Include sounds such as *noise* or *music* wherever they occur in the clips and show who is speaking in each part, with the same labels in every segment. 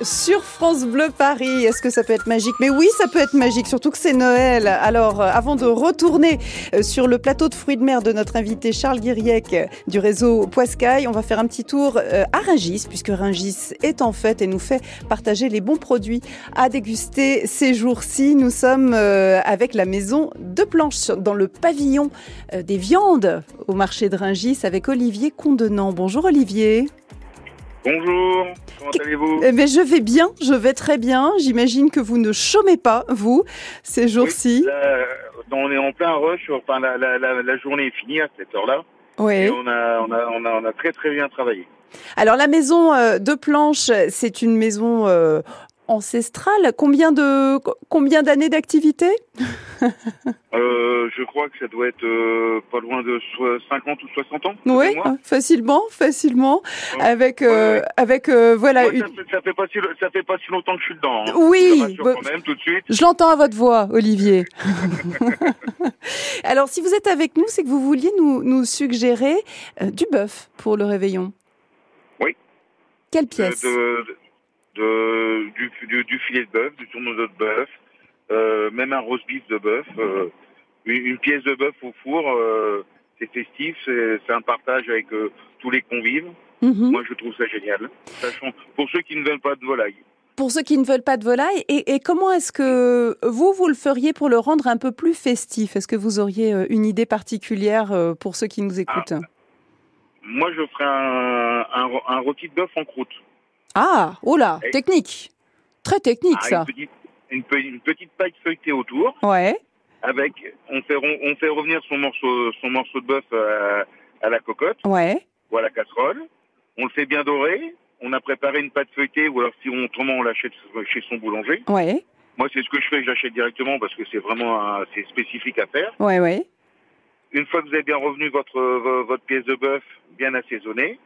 Speaker 1: Sur France Bleu Paris, est-ce que ça peut être magique Mais oui, ça peut être magique, surtout que c'est Noël. Alors, euh, avant de retourner euh, sur le plateau de fruits de mer de notre invité Charles Guiriec euh, du réseau Poiscaille, on va faire un petit tour euh, à Ringis, puisque Ringis est en fête et nous fait partager les bons produits à déguster ces jours-ci. Nous sommes euh, avec la maison de planches dans le pavillon euh, des viandes au marché de Ringis avec Olivier Condenant. Bonjour Olivier.
Speaker 2: Bonjour, comment allez-vous
Speaker 1: Eh bien, je vais bien, je vais très bien. J'imagine que vous ne chômez pas, vous, ces jours-ci.
Speaker 2: Là, euh, On est en plein rush, enfin la, la- la- la journée est finie à cette heure-là.
Speaker 1: Oui.
Speaker 2: Et on a, on, a, on, a, on a très très bien travaillé.
Speaker 1: Alors, la maison euh, de planche, c'est une maison euh, ancestrale. Combien de combien d'années d'activité
Speaker 2: Euh, je crois que ça doit être euh, pas loin de so- 50 ou 60 ans.
Speaker 1: Oui,
Speaker 2: excusez-moi.
Speaker 1: facilement, facilement.
Speaker 2: Ouais.
Speaker 1: Avec euh,
Speaker 2: Ouais,
Speaker 1: avec euh, voilà.
Speaker 2: Moi,
Speaker 1: une-
Speaker 2: ça, fait, ça fait pas si, ça fait pas si longtemps que je suis dedans. hein. Je
Speaker 1: Oui.
Speaker 2: rassure
Speaker 1: bah,
Speaker 2: quand même tout de suite.
Speaker 1: Je l'entends à votre voix, Olivier. *laughs* Alors, si vous êtes avec nous, c'est que vous vouliez nous, nous suggérer euh, du bœuf pour le réveillon.
Speaker 2: Oui. Euh,
Speaker 1: Quelle
Speaker 2: de-
Speaker 1: pièce
Speaker 2: de- de- du, du- du filet de bœuf, du tourneau de bœuf, euh, même un roast beef de bœuf, euh, une, une pièce de bœuf au four, euh, c'est festif, c'est c'est un partage avec euh, tous les convives.
Speaker 1: Mhm.
Speaker 2: Moi, je trouve ça génial. Sachant, pour ceux qui ne veulent pas de volaille,
Speaker 1: Pour ceux qui ne veulent pas de volaille, et, et comment est-ce que vous, vous le feriez pour le rendre un peu plus festif Est-ce que vous auriez euh, une idée particulière euh, pour ceux qui
Speaker 2: Ah.
Speaker 1: nous écoutent
Speaker 2: moi, je ferai un, un, ro- un rôti de bœuf en croûte.
Speaker 1: Ah, oh là,
Speaker 2: Eh.
Speaker 1: technique Très technique,
Speaker 2: Ah,
Speaker 1: ça.
Speaker 2: une, petite, une, pe- une petite paille feuilletée autour.
Speaker 1: Ouais,
Speaker 2: Avec, on fait, ron- on fait revenir son morceau, son morceau de bœuf à- à la cocotte.
Speaker 1: ouais.
Speaker 2: ou à la casserole. On le fait bien doré. On a préparé une pâte feuilletée ou alors si on autrement on l'achète chez son boulanger.
Speaker 1: Ouais,
Speaker 2: Moi c'est ce que je fais, je l'achète directement parce que c'est vraiment un- c'est spécifique à faire.
Speaker 1: ouais, ouais.
Speaker 2: Une fois que vous avez bien revenu votre euh, votre pièce de bœuf bien assaisonnée,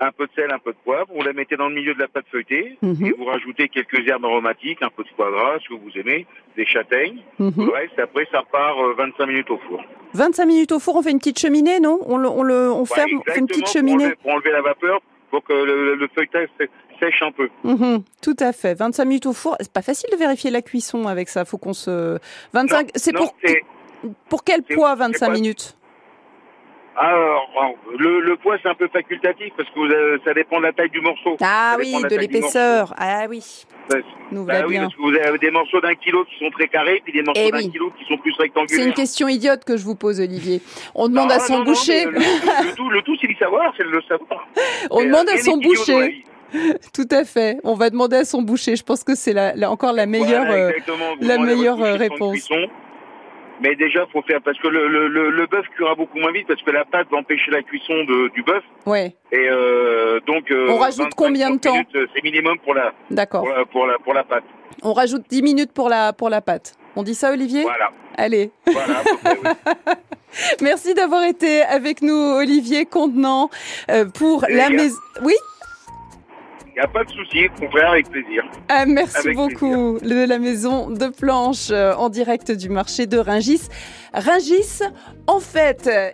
Speaker 2: un peu de sel, un peu de poivre, vous la mettez dans le milieu de la pâte feuilletée
Speaker 1: Mhm,
Speaker 2: et vous rajoutez quelques herbes aromatiques, un peu de foie gras, ce que vous aimez, des châtaignes.
Speaker 1: mhm.
Speaker 2: Le reste après ça part euh, 25 minutes au four.
Speaker 1: 25 minutes au four, on fait une petite cheminée, non on, le, on, le, on
Speaker 2: Voilà,
Speaker 1: ferme, on fait une petite
Speaker 2: exactement, pour
Speaker 1: cheminée.
Speaker 2: enlever, pour enlever la vapeur, pour que le, le feuilletage sè- sèche un peu.
Speaker 1: Mhm, tout à fait. 25 minutes au four. C'est pas facile de vérifier la cuisson avec ça. Faut qu'on se. 25. C'est
Speaker 2: Non,
Speaker 1: pour, pour quel
Speaker 2: c'est-
Speaker 1: poids 25
Speaker 2: pas-
Speaker 1: minutes
Speaker 2: Alors, le, le poids, c'est un peu facultatif parce que vous, euh, ça dépend de la taille du morceau.
Speaker 1: Ah
Speaker 2: Ça
Speaker 1: oui,
Speaker 2: dépend de
Speaker 1: de
Speaker 2: la taille du
Speaker 1: l'épaisseur. Ah oui.
Speaker 2: Bah,
Speaker 1: Nous
Speaker 2: Bah
Speaker 1: voilà
Speaker 2: oui,
Speaker 1: bien.
Speaker 2: parce que vous avez des morceaux d'un kilo qui sont très carrés, puis des morceaux
Speaker 1: Eh
Speaker 2: d'un
Speaker 1: oui.
Speaker 2: kilo qui sont plus
Speaker 1: C'est une
Speaker 2: rectangulaires.
Speaker 1: question idiote que je vous pose, Olivier. On
Speaker 2: Non,
Speaker 1: demande à
Speaker 2: non,
Speaker 1: son
Speaker 2: non,
Speaker 1: boucher.
Speaker 2: mais Le, le- le tout, le tout, c'est de savoir, c'est de le savoir.
Speaker 1: On
Speaker 2: Et, euh,
Speaker 1: demande à
Speaker 2: bien
Speaker 1: son
Speaker 2: les kilos dans la
Speaker 1: boucher.
Speaker 2: vie.
Speaker 1: Tout à fait. On va demander à son boucher. Je pense que c'est la, la- encore la meilleure.
Speaker 2: Voilà,
Speaker 1: euh,
Speaker 2: exactement. Vous
Speaker 1: la
Speaker 2: demandez à votre
Speaker 1: meilleure,
Speaker 2: boucher
Speaker 1: euh,
Speaker 2: de temps de
Speaker 1: réponse.
Speaker 2: cuisson. Mais déjà, faut faire parce que le, le, le, le bœuf cuira beaucoup moins vite parce que la pâte va empêcher la cuisson de- du bœuf.
Speaker 1: Ouais,
Speaker 2: Et euh, donc, euh,
Speaker 1: On rajoute
Speaker 2: 25,
Speaker 1: combien de
Speaker 2: 30
Speaker 1: temps
Speaker 2: minutes, euh, C'est minimum pour la,
Speaker 1: d'accord.
Speaker 2: pour la, pour la, pour la pâte.
Speaker 1: On rajoute 10 minutes pour la, pour la pâte. On dit ça, Olivier
Speaker 2: Voilà.
Speaker 1: Allez.
Speaker 2: Voilà, à peu près, oui.
Speaker 1: Merci d'avoir été avec nous, Olivier Contenant, euh, pour
Speaker 2: Et
Speaker 1: la
Speaker 2: il y a-
Speaker 1: maison. Oui
Speaker 2: Il n'y a pas de souci, on verra avec plaisir.
Speaker 1: Ah, merci
Speaker 2: Avec
Speaker 1: beaucoup. Le- la maison de planche euh, en direct du marché de Ringis. Ringis, en fait.